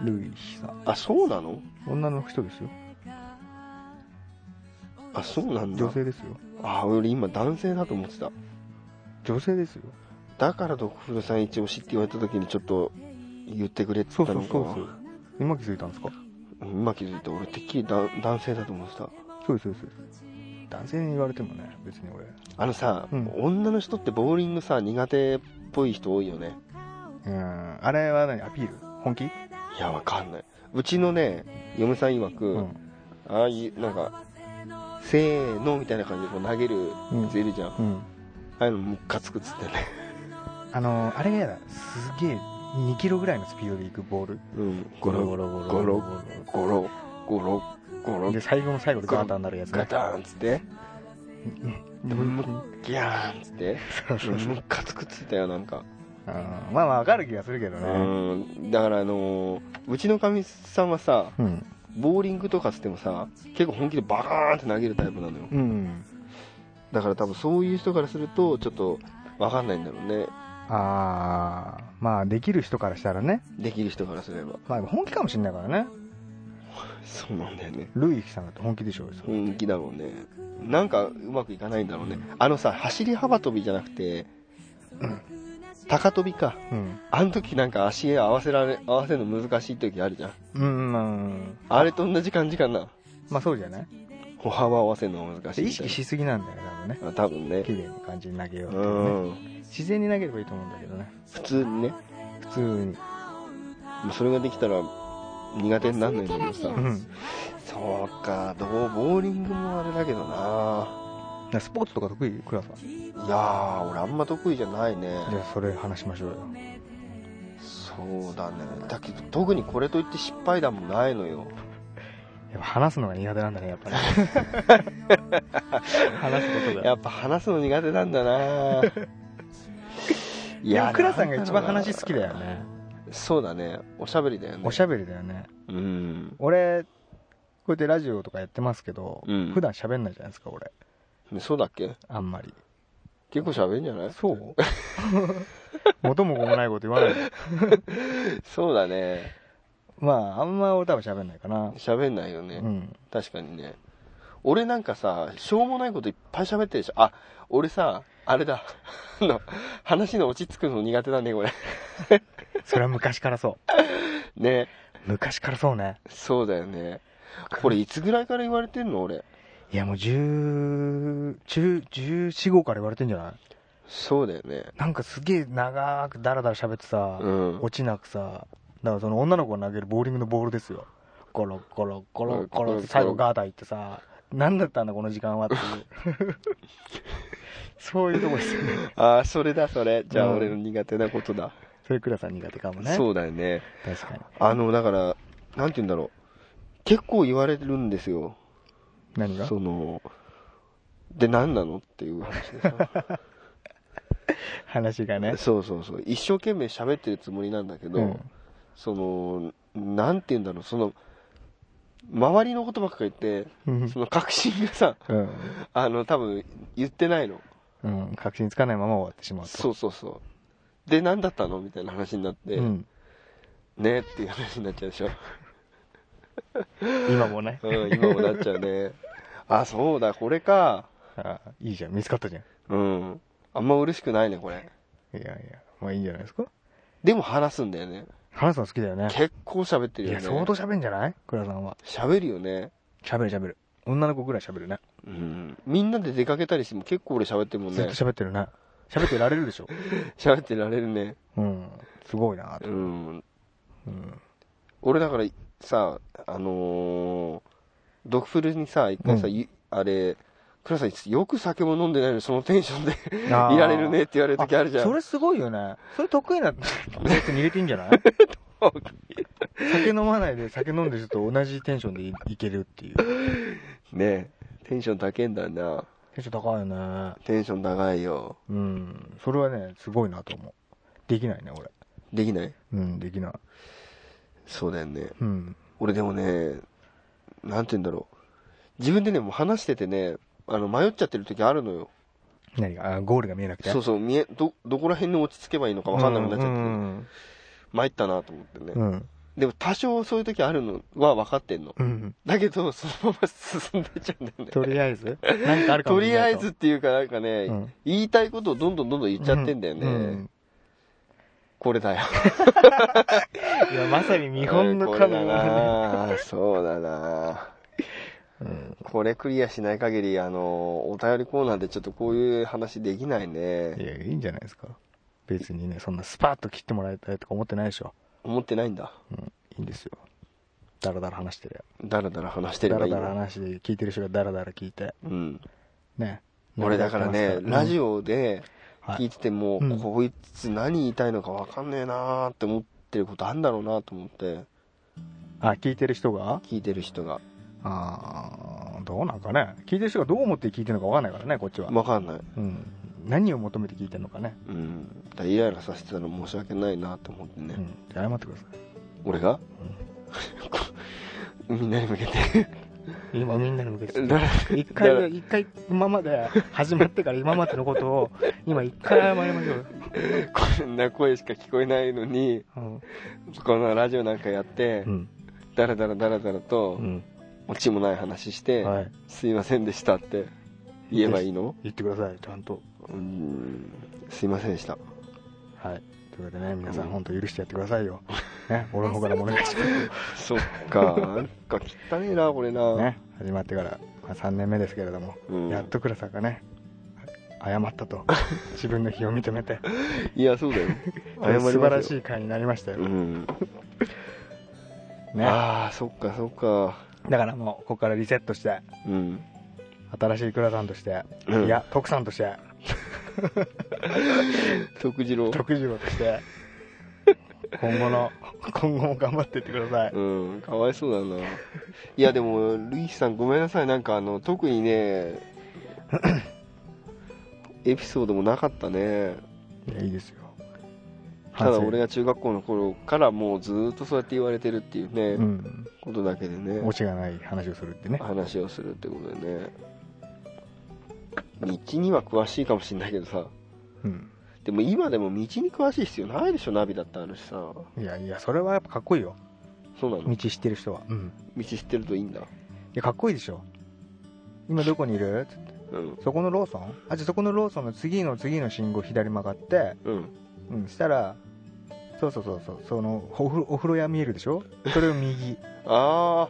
S3: ルイヒさん
S4: あそうなの
S3: 女の人ですよ
S4: あそうなんだ
S3: 女性ですよ
S4: あ俺今男性だと思ってた
S3: 女性ですよ
S4: だからドクフルさん一押しって言われた時にちょっと言ってくれって
S3: そ
S4: 言
S3: う
S4: った
S3: そ
S4: の
S3: う
S4: か
S3: そうそう今気づいたんですか
S4: うん今気づいた俺てっきりだ男性だと思ってた
S3: そうですそうです男性に言われてもね別に俺
S4: あのさ、
S3: うん
S4: 女の人ってボーリングさ苦手っぽい人多いよね
S3: うんあれは何アピール本気
S4: いやわかんないうちのね嫁さん曰く、
S3: うん
S4: ああいうなんかせーのみたいな感じでこう投げるやついるじゃん、あ
S3: うん
S4: あいうのムカつくっつってね (laughs)
S3: あのあれが嫌だすげえ2キロぐらいのスピードで行くボール
S4: うんゴロゴロ
S3: ロゴ
S4: ゴロゴロゴロゴロ
S3: で最後の最後でガタになるやつね
S4: ガタンっつって
S3: うんうん
S4: ギャーンっつって
S3: そうそうそう
S4: ムカつくっつってたよなんか
S3: うんまあまあわかる気がするけど
S4: う
S3: ね
S4: んだからあのーうちのかみさんはさ
S3: うん
S4: ボーリングとかっつってもさ結構本気でバカーンって投げるタイプなのよ
S3: うん
S4: だから多分そういう人からするとちょっと分かんないんだろうね
S3: ああまあできる人からしたらね
S4: できる人からすれば
S3: まあでも本気かもしれないからね
S4: そうなんだよね
S3: ルイヒさんだって本気でしょそれ
S4: 本気だろうねなんかうまくいかないんだろうねあのさ走り幅跳びじゃなくて高跳びか
S3: うん。
S4: あの時なんか足合わせられ合わせるの難しい時あるじゃん
S3: うん、まあうん、
S4: あれと同じ感じかな
S3: まあそうじゃない
S4: 歩幅合わせるの難しい
S3: 意
S4: みたい
S3: 識しすぎなんだよね、多分ね。
S4: あ多分ね
S3: 綺麗な感じに投げようっていううね、
S4: ん
S3: 自然に投げればいいと思うんだけどね。
S4: 普通にね
S3: 普通に。
S4: もうそれができたら苦手になんないんだけどさ、
S3: うん。
S4: そうかどうボーリングもあれだけどな
S3: だからスポーツとか得意クラさん。じ
S4: いやー俺あんま得意じゃないね
S3: ゃあそれ話しましょうよ。
S4: そうだねだけど特にこれといって失敗談もないのよ
S3: やっぱ話すのが苦手なんだね、やっぱり。 (laughs) 話すこと
S4: や
S3: が。
S4: っぱ話すの苦手なん
S3: (laughs)
S4: だない
S3: いや、クラさんが
S4: なん
S3: 一
S4: だろ
S3: 番
S4: うな
S3: 話好きだよね。
S4: そうだねおしゃべりだよね
S3: おしゃべりだよね。
S4: うん
S3: 俺、こうやってラジオとかやってますけど、
S4: うん
S3: 普段喋んないじゃないですか、俺。
S4: そうだっけ
S3: あんまり。
S4: 結構しゃべんじゃない
S3: そう (laughs) 元も子もないこと言わないで。
S4: そうだね
S3: まあ、あんま俺多分喋んないかな。
S4: しゃべんないよ
S3: う
S4: ね、
S3: ん。
S4: 確かにね俺なんかさしょうもないこといっぱい喋ってるでしょあ俺さあれだ (laughs) あの話の落ち着くの苦手だねこれ
S3: それは昔からそ
S4: ね
S3: う。昔からそうね。
S4: そうだよねこれいつぐらいから言われてんの俺
S3: いや、もう10、中、14、5から言われてんじゃない
S4: そうだよね
S3: なんかすげえ長くダラダラ喋ってさ、
S4: うん
S3: 落ちなくさ、だからその女の子が投げるボーリングのボールですよ。ゴロゴロゴロゴロって最後ガーダ行ってさ、何だったんだこの時間はっていう。
S4: (laughs)
S3: そういうとこですよね。
S4: ああそれだそれじゃあ
S3: うん
S4: 俺の苦手なことだ、
S3: それクラさん苦手かもね。
S4: そうだよね
S3: 確かに。
S4: あのだからなんて言うんだろう結構言われるんですよ
S3: 何が
S4: そので何なのっていう話
S3: (laughs)
S4: でさ
S3: 話がね。
S4: そうそうそう一生懸命喋ってるつもりなんだけど、
S3: うん
S4: そのなんて言うんだろうその周りのことばっかり言って
S3: うん
S4: その確信がさ
S3: うん。
S4: あの多分言ってないの
S3: うん。確信つかないまま終わってしまうと。
S4: そうそうそうで何だったのみたいな話になって、
S3: うん。
S4: ねっていう話になっちゃうでしょ、
S3: 今もね。
S4: うん、今もなっちゃうね (laughs) あそうだこれか
S3: あいいじゃん。見つかったじゃん。
S4: うんあんま嬉しくないねこれ
S3: いやいや。まあいいんじゃないですか。
S4: でも話すんだよね
S3: 話すの好きだよね。
S4: 結構喋って
S3: い
S4: るよ
S3: や、
S4: ね
S3: 相当喋んじゃないクラさんは。
S4: 喋るよね
S3: 喋る喋る。女の子ぐらい喋るね。
S4: うんみんなで出かけたりしても結構俺喋ってるもん
S3: ずっ
S4: ね
S3: と喋ってるね。喋ってられるでし
S4: (laughs)
S3: ょ。
S4: 喋ってられるね
S3: うん。すごいな
S4: う
S3: と。
S4: ん
S3: うん。
S4: 俺だからさあのードクフルにさ一回さ、
S3: うん
S4: ゆあれ倉さんよく酒も飲んでないのにそのテンションで (laughs) い
S3: あー
S4: られるねって言われる時あるじゃん
S3: それすごいよね。それ得意な、やつに入れていいんじ
S4: (laughs)
S3: ゃない酒飲まないで酒飲んでる人と同じテンションでいいけるっていう。テ
S4: ねテンション高いんだな
S3: ンション高いよね。
S4: テンション高いよ
S3: うん。それはね、すごいなと思う。できないね、俺。
S4: できない
S3: うん、できない。
S4: そうだよね
S3: うん。
S4: 俺でもねなんて言うんだろう自分でねもう話しててねあの迷っちゃってる時あるのよ
S3: 何が、あゴールが見えなくて。
S4: そう
S3: そ
S4: そう見えどどこら辺に落ち着けばいいのか分かんなくなっちゃって、参ったなと思ってね、
S3: うん。うん。
S4: でも多少そういう時あるのは分かってんの
S3: うん。
S4: だけど、そのまま進んでっちゃうんだよね。
S3: とりあえず何かあるか
S4: と
S3: もしれ
S4: りあ
S3: ない
S4: え
S3: と。
S4: ずっていうかなんかね、
S3: うん
S4: 言いたいことをどんどんどんどん言っちゃってんだよね。
S3: ううん
S4: これだよ。
S3: いや、まさに見本の
S4: こ
S3: 神
S4: れだ
S3: がね。
S4: なあ (laughs) そうだなあ
S3: うん
S4: これクリアしない限り、あの、お便りコーナーでちょっとこういう話できない
S3: い
S4: ね。
S3: や、いいんじゃないですか。別にね、そんなスパッと切ってもらいたいとか思ってないでしょ。
S4: 思ってないんだ。
S3: うん、いいんですよ。だらだら話してる
S4: だらだら話して
S3: や。
S4: れ
S3: だ
S4: ば
S3: ら
S4: いい
S3: だ
S4: の
S3: ら話で聞いてる人がだらだら聞いて。
S4: うん。
S3: ね。
S4: 俺だからね、ラジ
S3: オ、
S4: オで
S3: は
S4: 聞い
S3: い、
S4: てても、
S3: うん
S4: こいつ何言いたいのか分かんねえなーって思ってることあんだろうなと思って、
S3: あ、聞いてる人が
S4: 聞いてる人が。
S3: あーどうなんかね。聞いてる人がどう思って聞いてるのかわかんないからね、こっちは。
S4: 分かんない。
S3: うん。何を求めて聞いてるのかね。
S4: うん、だからイライラさせてたら申し訳ないなと思ってね、
S3: うん。謝ってくださ
S4: 俺 (laughs) が、みんなに向けて (laughs)
S3: い。今みんなに向けて。
S4: だら
S3: 一
S4: だら
S3: 回、一回、今まで、始まってから今までのことを、今一回謝りましょう。
S4: こんな声しか聞こえないのに
S3: うん。
S4: このラジオなんかやって、
S3: うん。
S4: だらだらだらだらと、
S3: うん。
S4: オチもない話して、
S3: はい。
S4: すいませんでしたって言えばいいの
S3: 言ってください、ちゃんと。
S4: うんすいませんでした
S3: はい。というわけでね、皆さん本当許してやってください (laughs) よ。ね、俺の方からもお願いしま
S4: そっか、なんか汚ねえな、これな。
S3: す。ね、始まってから、まあ、3年目ですけれども、
S4: うん
S3: やっと倉さんがね、謝った (laughs) と。自分の非を認めて、
S4: いや、そうだ
S3: (laughs)
S4: よ。
S3: 素晴らし
S4: い。
S3: い回になりましたよ
S4: う。ん。
S3: ね。
S4: ああ、そっか、そっか。
S3: だからもう、ここからリセットして、
S4: うん。
S3: 新しい倉さんとして、
S4: うん
S3: いや、徳さんとして、
S4: 徳次郎。
S3: 徳次郎と (laughs) して、今後の、今後も頑張っていってください。
S4: うん、かわいそうだな。いや、でも、ルイスさん、ごめんなさい。なんか、あの、特
S3: (coughs)
S4: にね、エピソードもなかったね。
S3: いや、いいですよ。
S4: ただ、俺が中学校の頃から、もうずーっとそうやって言われてるっていうね、
S3: うん、
S4: ことだけでね。
S3: オチがない話をするってね。
S4: 話をするってことでね道には詳しいかもしれないけどさ
S3: うん。
S4: でも今でも道に詳しい必要ないでしょナビだってあるしさ
S3: いやいや、それはやっぱかっこいいよ。
S4: そうなの
S3: 道
S4: 道
S3: 知ってる人は。うん。
S4: 知ってるといいんだ
S3: いや、かっこいいでしょ。今どこにいるつって
S4: うん
S3: そこのローソンあ、じゃあそこのローソンの次の次の信号左曲がって、
S4: うん
S3: うん、したら、そうそうそうそう、そのお風呂、お風呂屋見えるでしょそれを (laughs) 右。
S4: ああ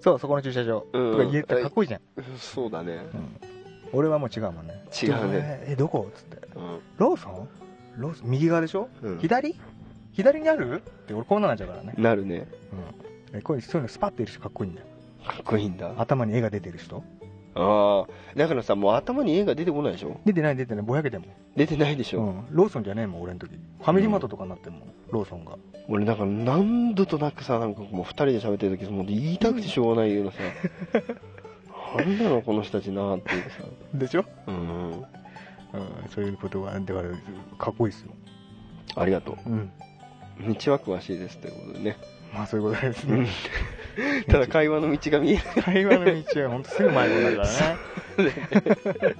S3: そう、そこの駐車場。
S4: うん
S3: とか言えたらかっこいいじゃん。
S4: そうだね
S3: うん。俺はもう違うもんね。
S4: 違うね
S3: え、えどこつって。
S4: うん
S3: ローソンローソン右側でしょ、
S4: うん
S3: 左左にあるって俺こんななっちゃうからね。
S4: なるね
S3: うん、こういうそういうのスパッといる人かっこいいんだよ
S4: かっこいいんだあ
S3: 頭に絵が出てる人
S4: あだからさもう頭に絵が出てこないでしょ
S3: 出てない出てないぼやけても、
S4: 出てないでし
S3: う
S4: ょ、
S3: ん、ローソンじゃねえもん俺の時ファミリーマートとかになってもローソンが
S4: 俺なんか何度となくさなんかもう2人で喋ってる時もう言いたくてしょうがないようなさなんだろうこの人たちなーっていうさ
S3: でしょ、
S4: うん
S3: うん、そういうことはだからかっこいいですよ、
S4: ありがとう
S3: うん、
S4: 道は詳しいですということでね
S3: まあそういうことですね
S4: ただ会話の道が見えない
S3: 会話の道は本当すぐ迷子になる (laughs) からね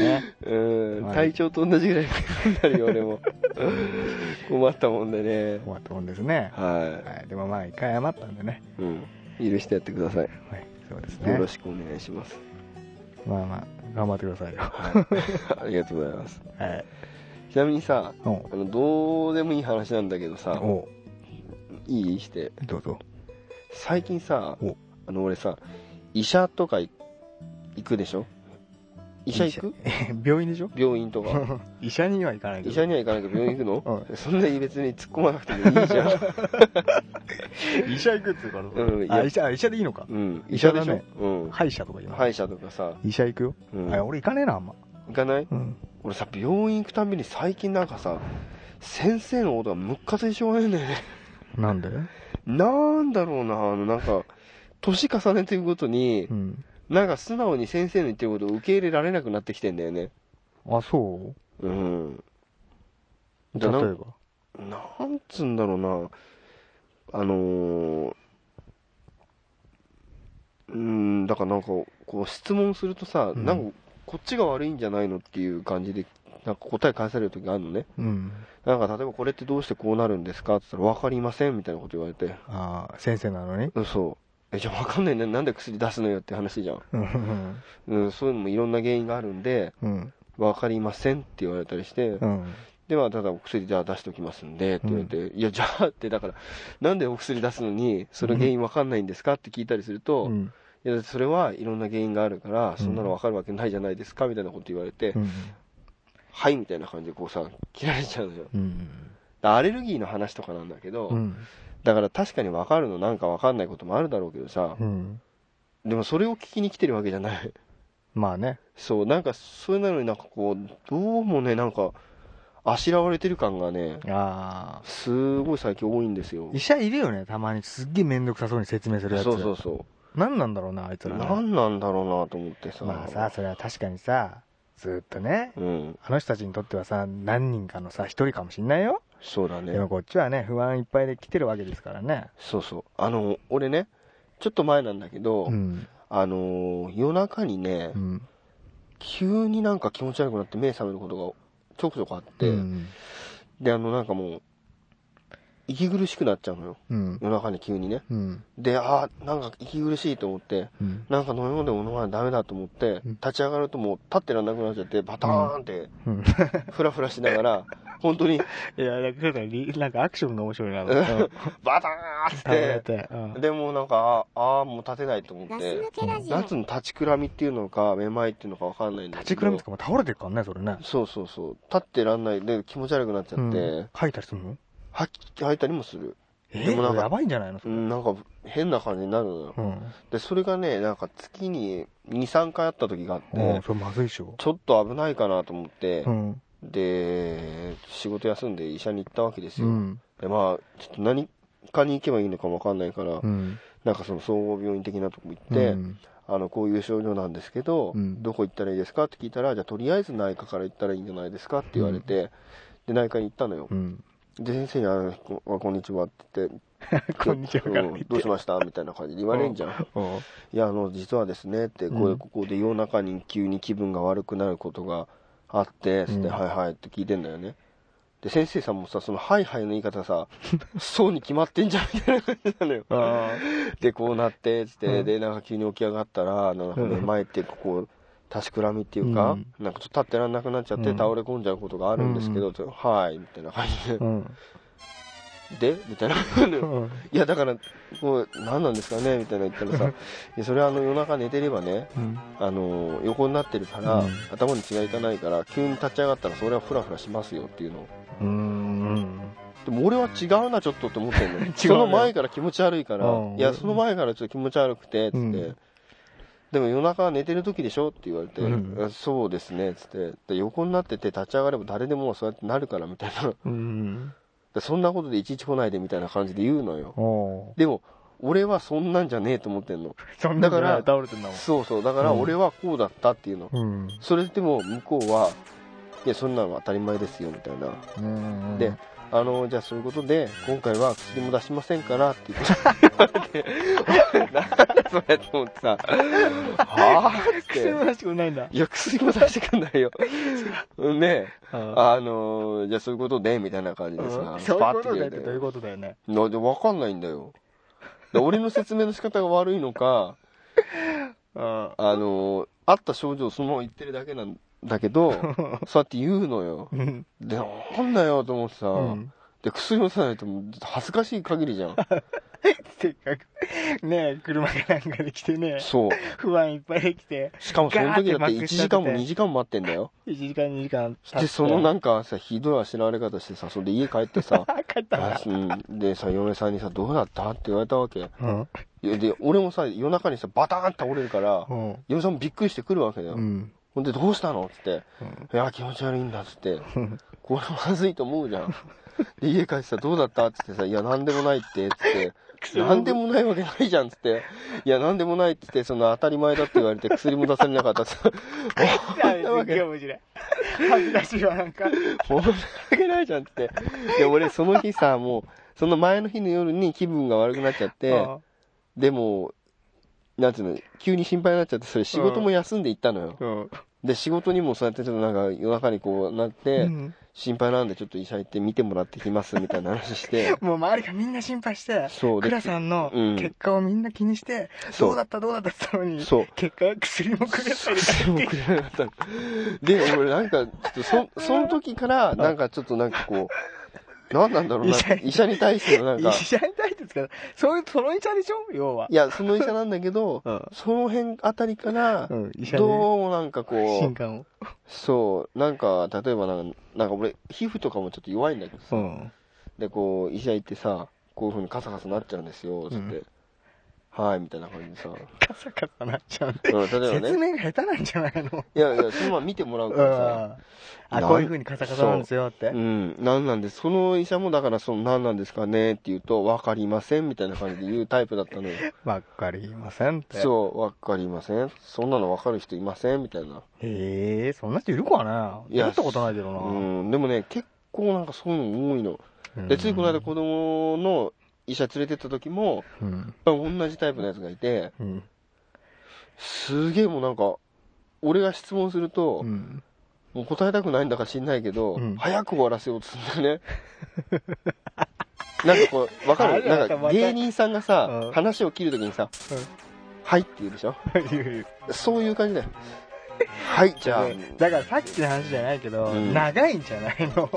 S3: (laughs) ね
S4: うん、
S3: はい
S4: 体調と同じぐらいになるよ
S3: (laughs)
S4: 俺も困ったもんでね
S3: 困ったもんですね、
S4: は
S3: はい、でもまあ一回謝ったんでね、
S4: い、うん、許してやってください、
S3: はい、そうです
S4: よ
S3: ね
S4: ろしくお願いします
S3: まあまあ頑張ってくださいよ
S4: はいありがとうございます
S3: はい
S4: ちなみにさ
S3: お
S4: あのどうでもいい話なんだけどさ
S3: お
S4: いいして
S3: どうぞ
S4: 最近さ
S3: お
S4: あの俺さ医者とか行くでしょ医者行く
S3: (laughs) 病院でしょ
S4: 病院
S3: (laughs)
S4: とか
S3: 医者には行かないけど
S4: 医者には行かないけど病院行く
S3: (laughs)
S4: の、
S3: う
S4: そんなに別に突っ込まなくてもいいじゃん、
S3: 医者行く (laughs) っていうから、
S4: うんいや
S3: あ医者あ医者でいいのか、
S4: うん、
S3: 医
S4: 医
S3: 者
S4: 者
S3: だ
S4: でしょ、
S3: ね
S4: うん、
S3: 歯医者とか言わない、
S4: 歯医者とかさ、
S3: 医者行くよ、
S4: うん
S3: あ俺行かねえなあんま、
S4: 行かない
S3: うん、
S4: 俺さ病院行くたびに最近なんかさ先生のことがむっかついしょうがないんだよね
S3: なんで、
S4: なんだろうなあのなんか年重ねていくごとに
S3: うん、
S4: なんか素直に先生の言ってることを受け入れられなくなってきてんだよね
S3: あそう
S4: うん
S3: 例
S4: だ
S3: え
S4: な
S3: ば
S4: んなんつうんだろうなあのーうんだからなんかこう質問するとさ、
S3: うん
S4: なんかこっちが悪いんじゃないのっていう感じでなんか答え返される時があるのね
S3: うん
S4: なんか例えばこれってどうしてこうなるんですかって言ったら分かりませんみたいなこと言われて
S3: あー先生なのに
S4: 嘘えじゃあ分かんないねなんで薬出すのよって話じゃん、
S3: うん
S4: うん、そういうのもいろんな原因があるんで
S3: うん
S4: 分かりませんって言われたりして、
S3: うん
S4: ではただお薬じゃあ出しておきますんでって言われて、いやじゃあってだからなんでお薬出すのにその原因わかんないんですかって聞いたりすると、
S3: う
S4: い
S3: ん
S4: やだってそれはいろんな原因があるからそんなのわかるわけないじゃないですかみたいなこと言われて、
S3: うん
S4: はいみたいな感じでこうさ切られちゃうのよ
S3: うん
S4: だアレルギーの話とかなんだけど、
S3: うん
S4: だから確かにわかるのなんかわかんないこともあるだろうけどさ
S3: う、ん
S4: でもそれを聞きに来てるわけじゃない
S3: まあね
S4: そうなんかそれなのになんかこうどうもねなんかあしらわれてる感がね
S3: ああ
S4: すごい最近多いんですよ
S3: 医者いるよねたまにすっげえ面倒くさそうに説明するやつ
S4: そうそうそ
S3: 何なんだろうなあいつ
S4: う
S3: らね
S4: 何なんだろうなと思ってさ
S3: まあさそれは確かにさずっとね
S4: うん
S3: あの人たちにとってはさ何人かのさ一人かもしんないよ
S4: そうだ
S3: で
S4: ね
S3: もこっちはね、不安いっぱいで来てるわけですからね。
S4: そうそうあの俺ねちょっと前なんだけど、
S3: ん。
S4: あのー夜中にね、
S3: うん。
S4: 急になんか気持ち悪くなって目覚めることがちょくちょくあって、
S3: うん
S4: であのなんかもう息苦しくなっちゃうのよ。
S3: うん。
S4: 夜中に急にね。
S3: うん。
S4: で、ああ、なんか息苦しいと思って、
S3: うん。
S4: なんか飲み物でも飲まないとダメだと思って、
S3: うん
S4: 立ち上がるともう立ってらんなくなっちゃって、バターンって、
S3: うん。
S4: ふらふらしなが
S3: (laughs)
S4: ら、本当に、
S3: いや、なんか、なんかアクションが面白いな。うん
S4: バタ
S3: 倒
S4: ーン
S3: れ
S4: っ
S3: て。
S4: て、
S3: うん
S4: でもうなんか、ああ、もう立てないと思
S5: ガ
S4: っ
S5: ス抜
S4: て、
S5: けラジオ
S4: 夏の立ちくらみっていうのか、めまいっていうのかわかんないんだけど。
S3: 立ちくらみとかも倒れてるからね、それね。
S4: そうそうそう。立ってらんないで気持ち悪くなっちゃって、
S3: うん吐いたりするの
S4: 吐き、吐いたりもする。
S3: え
S4: でも
S3: そ
S4: なんか
S3: れやばいんじゃないのそうれ
S4: ん、なんか変な感じになるのよ。
S3: うん。
S4: で、それがね、なんか月に2、3回あった時があって、
S3: うん、それまずいでしょ。
S4: ちょっと危ないかなと思って
S3: う、ん。
S4: で、仕事休んで医者に行ったわけです
S3: う
S4: よ。
S3: ん。
S4: で、まあ、ちょっと何かに行けばいいのかもわかんないから、
S3: うん。
S4: なんかその総合病院的なとこ行っ
S3: う
S4: て、
S3: ん
S4: あの、こういう症状なんですけど、
S3: うん
S4: どこ行ったらいいですかって聞いたら、じゃあとりあえず内科から行ったらいいんじゃないですかって言われて、で、内科に行ったのよ
S3: う。ん。
S4: で、先生に、あのこ (laughs) あこんにちはって言って、
S3: (laughs) こんにちはから
S4: う
S3: 言って
S4: んどうしましたみたいな感じで言われんじゃん。
S3: おう
S4: いや、あの、実はですね、って、こ
S3: う
S4: うんここで夜中に急に気分が悪くなることがあって、つっ
S3: う
S4: て、
S3: ん
S4: はいはいって聞いてんだよね。で、先生さんもさ、その、はいはいの言い
S3: (laughs)
S4: 方さ、そうに決まってんじゃん、みたいな感じなのよ。
S3: あ
S4: で、こうなって、つって、
S3: うん
S4: で、なんか急に起き上がったら、なんか
S3: うん
S4: めまいって、ここ、立ちくらみっていうか、
S3: うん
S4: なんかちょっと立ってらんなくなっちゃって
S3: うん
S4: 倒れ込んじゃうことがあるんですけど、
S3: うん
S4: つってはい、みたいな感じ
S3: ーうん。
S4: で、でみたいな感じなのよ
S3: うん
S4: (laughs) いや、だから、こう、何なんですかねみたいな言ったらさ、いやそれはあの夜中寝てればね、あの横になってるから、
S3: うん
S4: 頭に血がいかないから急に立ち上がったらそれはフラフラしますよっていうの
S3: うん。うん。
S4: でも俺は違うなちょっとって思ってん
S3: (laughs)
S4: の
S3: 違うね
S4: その前から気持ち悪いから、
S3: うん
S4: いやその前からちょっと気持ち悪くてっつって、
S3: うん
S4: でも夜中は寝てる時でしょって言われて、
S3: うん
S4: あそうですねっつってで横になってて立ち上がれば誰でもそうやってなるからみたいな
S3: うん。
S4: でそんなことでいちいち来ないでみたいな感じで言うのよ
S3: おう
S4: でも俺はそんなんじゃねえと思ってんの
S3: そんなか
S4: だから
S3: ら倒れてんだもん。
S4: そうそうだから俺はこうだったっていうの、
S3: うん
S4: それでも向こうはいやそんなの当たり前ですよみたいな、
S3: うん。
S4: であのじゃあそういうことで今回は薬も出しませんからって言って言われてなんだそれと思ってさはあっ
S3: 癖も
S4: て
S3: 出してくれないんだ。
S4: いや薬も出してくんないよね
S3: あ
S4: あのじゃあそういうことでみたいな感じでさ
S3: そういうことだ
S4: 言
S3: よってどういう
S4: わ
S3: ことだよね。
S4: れてわかんないんだよで俺の説明の仕方が悪いのか
S3: あ
S4: あのあった症状そのまま言ってるだけなんだけ
S3: (laughs)
S4: どそうやって言うのよ
S3: ーうん。
S4: で、なんだよと思ってさ、
S3: うん
S4: で、薬をさないともう恥ずかしい限りじゃん。
S3: せっかく、ねえ、車かなんかで来てね、 (laughs)
S4: そう。
S3: 不安いっぱいできて、
S4: しかもその時だ
S3: ガ
S4: っ
S3: ー
S4: て
S3: ってまく
S4: 1
S3: し立てて
S4: 時間も2時間も待ってんだよ。
S3: 1時間2時間経って。、
S4: で、そのなんかさ、ひどいあしらわれ方してさ、それで家帰ってさ
S3: (laughs) 帰ったんだ
S4: あ。うんでさ、嫁さんにさ、どうだったって言われたわけ。
S3: うん。
S4: いやで、俺もさ、夜中にさ、バターンって倒れるから、
S3: うん。
S4: 嫁さんもびっくりしてくるわけだよ。
S3: うん。
S4: ほんで、どうしたのっつって、いや、気持ち悪いんだっつって、これまずいと思うじゃん。で、家帰ってさ、どうだったっつってさ、いや、なんでもないって、つって、なんでもないわけないじゃん、つって、いや、なんでもないっつって、その、当たり前だって言われて、薬も出されな
S3: (laughs)
S4: かったっつって、
S3: あれ、すっげえ面白い。恥ずかしいわ、なんか。
S4: 申し訳ないじゃん、つって。で、俺、その日さ、もう、その前の日の夜に気分が悪くなっちゃって、でも、なんていうの、急に心配になっちゃって、それ仕事も休んで行ったのよ。
S3: うん。
S4: で、仕事にもそうやって、ちょっとなんか、夜中にこうなって、
S3: うん
S4: 心配なんでちょっと医者行って見てもらってきますみたいな話して
S3: (laughs) もう周りがみんな心配して、
S4: そうで
S3: 倉さんの
S4: うん
S3: 結果をみんな気にして、
S4: そう
S3: どうだったどうだったって言ったのに、 (laughs)
S4: そう
S3: 結果は薬もくれたりだ
S4: 薬もくれなかったので俺なんかちょっとそその時からなんかちょっとなんかこう何なんだろうな
S3: 医者
S4: 医者に対してのなんか
S3: 医者に対してですから、そういう、その医者でしょ要は。
S4: いやその医者なんだけど、
S3: うん
S4: その辺あたりから、
S3: うん医者に
S4: どうもなんかこ
S3: 進
S4: う
S3: 化を。
S4: そうなんか例えばなんかなんか俺皮膚とかもちょっと弱いんだけどさ、
S3: ん。
S4: でこう医者行ってさこういうふうにカサカサなっちゃうんですよつって、
S3: うん
S4: はいみたいな感じでさ、うん
S3: カサカサなっちゃうんで。
S4: 例え
S3: (laughs)
S4: ば
S3: 説
S4: ね
S3: 明が下手なんじゃないの
S4: いやいやそのまま見てもらう
S3: う
S4: から
S3: ん
S4: さ、
S3: あ、こういう風にカサカサなんですよって
S4: う。ん、なんなんです、その医者もだから、その、なんなんですかねって言うと、わかりませんみたいな感じで言うタイプだ (laughs) ったのよ。
S3: わかりませんって。う。
S4: そう、わかりません。そんなのわかる人いませんみたいな。
S3: へえ、そんな人いるかな
S4: や
S3: やったことないけどな。
S4: うん、でもね、結構なんかそういうの多いの。
S3: うん
S4: で、ついこの間子供の医者連れてった時も、
S3: うん。
S4: やっぱ同じタイプのやつがいて、
S3: うん。
S4: すげえもうなんか、俺が質問すると、
S3: (laughs) うん。
S4: もう答えたくないんだか知んないけど、
S3: うん
S4: 早く終わらせようとするんだよね。 (laughs) なんかこう、わか
S3: あ
S4: る
S3: れ
S4: なん
S3: なんか
S4: か
S3: また
S4: 芸人さんがさ、
S3: うん
S4: 話を切るときにさ、
S3: うん
S4: はいって言うでしょ
S3: 言う言う
S4: そういう感じだよ。はい、じゃあ。
S3: でだからさっきの話じゃないけど、
S4: うん
S3: 長いんじゃないの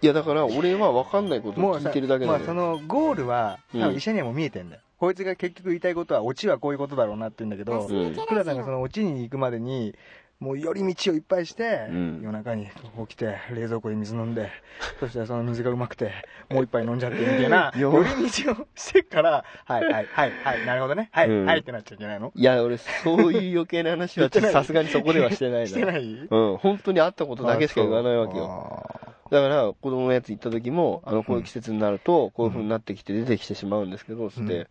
S4: いや、だから俺はわかんないこと
S3: も
S4: を
S3: う
S4: 聞
S3: さ
S4: いてるだけ
S3: ま
S4: な
S3: あ、
S4: ん
S3: そ
S4: だよ。
S3: のゴールは多
S4: う
S3: 分
S4: ん
S3: 医者にはもう見えてんだよ、こいつが結局言いたいことはオチはこういうことだろうなって言うんだけど
S4: うん
S3: 福田さんがそのオチに行くまでにもう寄り道をいっぱいして、
S4: うん
S3: 夜中に起きて冷蔵庫で水飲んで (laughs) そしてその水がうまくてもう一杯飲んじゃってみたいな寄
S4: (laughs) よ
S3: り道をしてからはいはいはいはいなるほどねはい、
S4: うん
S3: はいってなっちゃいけないの
S4: いや、俺、そういう余計な話はちょっとさすがにそこではしてな
S3: (laughs)
S4: い
S3: して
S4: な。
S3: ない
S4: うん、本当に会ったことだけしか言わないわけよ。
S3: よ
S4: だから、子供のやつ行った時も、あの、こういう季節になると、こういう風になってきて出てきてしまうんですけど、つって、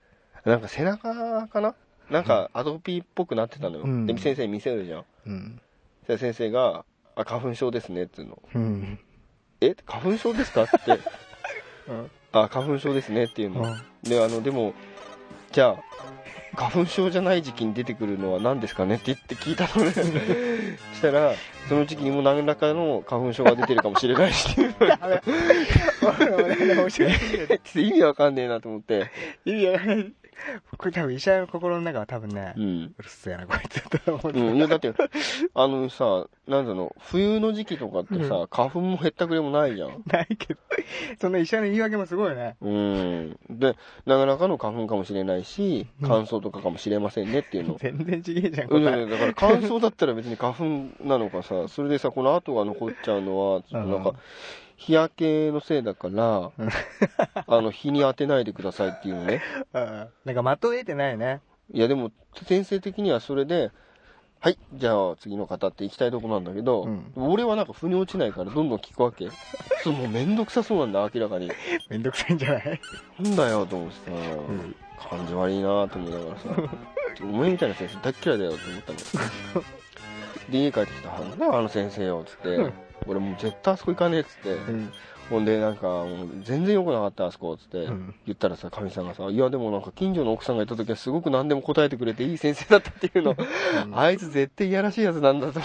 S4: なんか背中かななんかアトピーっぽくなってたのよ。
S3: うん
S4: で、先生に見せるじゃん。
S3: うん
S4: そしたら先生が、あ、花粉症ですねっていうの。
S3: うん
S4: え花粉症ですかって。
S3: (laughs) うん
S4: あ、花粉症ですねってい
S3: (laughs)
S4: う
S3: う
S4: の。
S3: ん
S4: で、あの、でも、じゃあ、花粉症じゃない時期に出てくるのは何ですかねって言って聞いた
S3: (laughs)
S4: のね。したら、その時期にも何らかの花粉症が出てるかもしれないしっていうの
S3: ダメ俺俺面 (laughs) 白い
S4: 意味わかんねえなと思って。
S3: 意味わかんないこれ多分医者の心の中は多分ね、
S4: (laughs) う。
S3: うんるせえなこいつと思っ
S4: う
S3: て
S4: ん、いやだって、あのさ、なんだろう、冬の時期とかってさ、花粉もへったくれもないじゃん。
S3: ないけどその医者の言い訳もすごいよね
S4: うん。で、なかなかの花粉かもしれないし、乾燥とかかもしれませんね (laughs) っていうの。
S3: 全然ちげえじゃん
S4: う
S3: 答
S4: ん、
S3: え、
S4: だから乾燥だったら別に花粉なのかさ、それでさ、この跡が残っちゃうのは、ちょっとなん
S3: う
S4: か
S3: ん、
S4: 日焼けのせいだから、あの、日に当てないでくださいっていうのね。
S3: うん、なんかまとえてないね
S4: いやでも先生的にはそれではいじゃあ次の方って行きたいとこなんだけど、
S3: うん
S4: 俺はなんか腑に落ちないからどんどん聞くわけそうもうめんどくさそうなんだ明らかに
S3: めんどくさいんじゃない
S4: なんだよと思ってさ、
S3: ん
S4: 感じ悪いなと思いながらさお前みたいな先生大っ嫌いだよって思った
S3: (laughs)
S4: ので家帰ってきたなんだよあの先生よっつって、
S3: うん
S4: 俺もう絶対あそこ行かねえっつって、
S3: うん
S4: ほんでなんかもう全然良くなかったあそこっつって、
S3: うん
S4: 言ったらさかみさんがさ「いやでもなんか近所の奥さんがいた時はすごく何でも答えてくれていい先生だった」っていうの、あいつ絶対いやらしいやつなんだと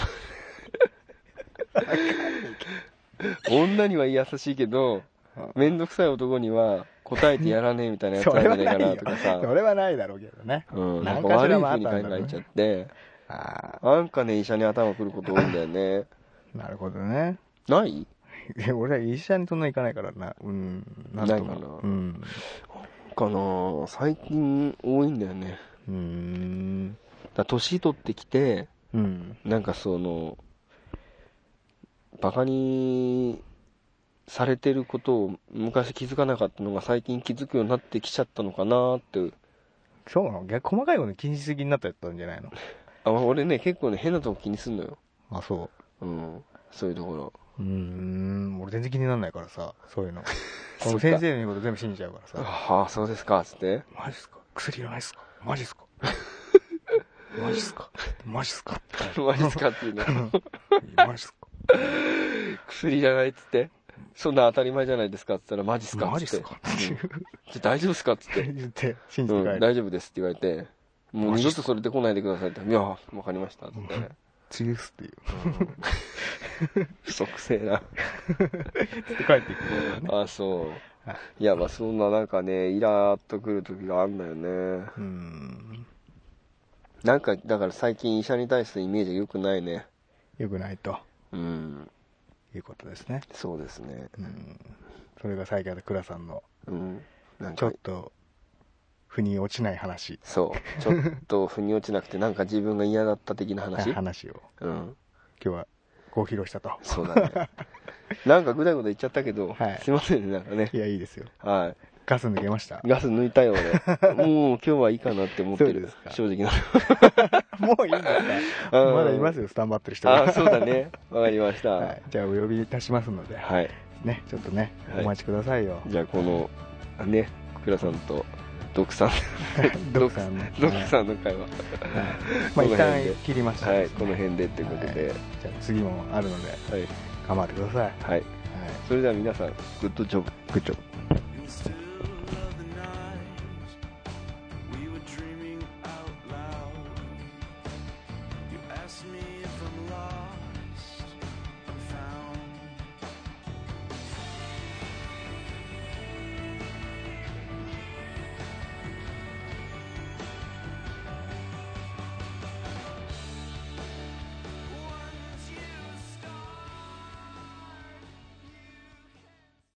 S4: 女には優しいけど面倒くさい男には答えてやらねえみたいなやつ
S3: そ
S4: なん
S3: れ
S4: じゃ
S3: は
S4: ね
S3: ないよ
S4: えかなとかさ
S3: それはないだろうけどね
S4: うん、な
S3: 何
S4: んか
S3: かし
S4: 悪
S3: ら
S4: い
S3: はあっ
S4: 風に
S3: たんだろう
S4: 考え
S3: ね
S4: ちゃって、
S3: あ
S4: なんかね、医者に頭くること多いんだよね。
S3: あなるほどね
S4: ない
S3: いや俺は医者にそんな行かないからなうんなんとも
S4: ないかな
S3: うん
S4: かな最近多いんだよね。
S3: うーん
S4: だから年取ってきて、
S3: うん
S4: なんかその、バカにされてることを昔気づかなかったのが最近気づくようになってきちゃったのかなって。
S3: そうなの逆細かいこと気にしすぎになったやつなんじゃないの
S4: あ俺ね、結構ね、変なとこ気にすんのよ。
S3: あそう
S4: うん。そういうところ。
S3: うーん、俺全然気にならないからさ、 (laughs) そういうの。
S4: っ
S3: 俺
S4: か
S3: 先生の言うこと全部信じちゃうからさ。
S4: ああ、そうですか、つって。
S3: マジっすか薬いらないっ (laughs) すかマジっすかマジっす (laughs) かマジっすか
S4: マジっすかっていうの。 (laughs)
S3: マジっすか
S4: 薬じゃないっつって。そんな当たり前じゃないですかっつったら、マジっすかっつって。じゃ大丈夫っすかっ (laughs) つって。
S3: 言って、信じ
S4: う
S3: て
S4: ん
S3: 帰、る。
S4: 大丈夫ですって言われて、もう二度とそれで来ないでくださいって。いや、わかりましたっつって。
S3: チュースっていう。
S4: 不足せえな。
S3: 帰っていくからね。
S4: あ、そう。いや、まあそんななんかね、イラーっとくる時があるんだよね。
S3: うーん。
S4: なんか、だから最近医者に対してイメージが良くないね。
S3: よくないと
S4: うん。
S3: いうことですね。
S4: そうですね。
S3: うん。それが最近の倉さんの、
S4: うん。なん
S3: ちょ
S4: か
S3: っ、と、腑に落ちない話。
S4: そう。ちょっと腑に落ちなくて、なんか自分が嫌だった的な話。
S3: 話を
S4: うん。
S3: 今日はご披露したと。
S4: そうだね。なんかぐだぐだ言っちゃったけど、
S3: はい
S4: すいませんね、なんかね
S3: い。や、いいですよ。
S4: は
S3: ガス抜けました
S4: い。。ガス抜いたよ、俺。もう今日はいいかなって思って
S3: そうで
S4: る
S3: すか。
S4: 正直な。
S3: (laughs) もういいんですか
S4: うん
S3: まだいますよ、スタンバってる人が。
S4: あ、そうだね。わかりました。
S3: (laughs) はい、じゃあ、お呼びいたしますので、
S4: はい
S3: ね、ちょっとね、
S4: はい
S3: お待ちくださいよ。
S4: じゃあこのね倉さんと (laughs) ドクさん
S3: (laughs) ドクさんの。
S4: ドクさんの会話
S3: まあ、
S4: こ
S3: 一
S4: の辺
S3: 旦
S4: で
S3: 切りました、
S4: はいこの辺でってことで
S3: じゃあ、次もあるので、
S4: はい、
S3: 頑張ってください。はい。
S4: はい、それでは皆さんグッドジョブ
S3: グッジョブ。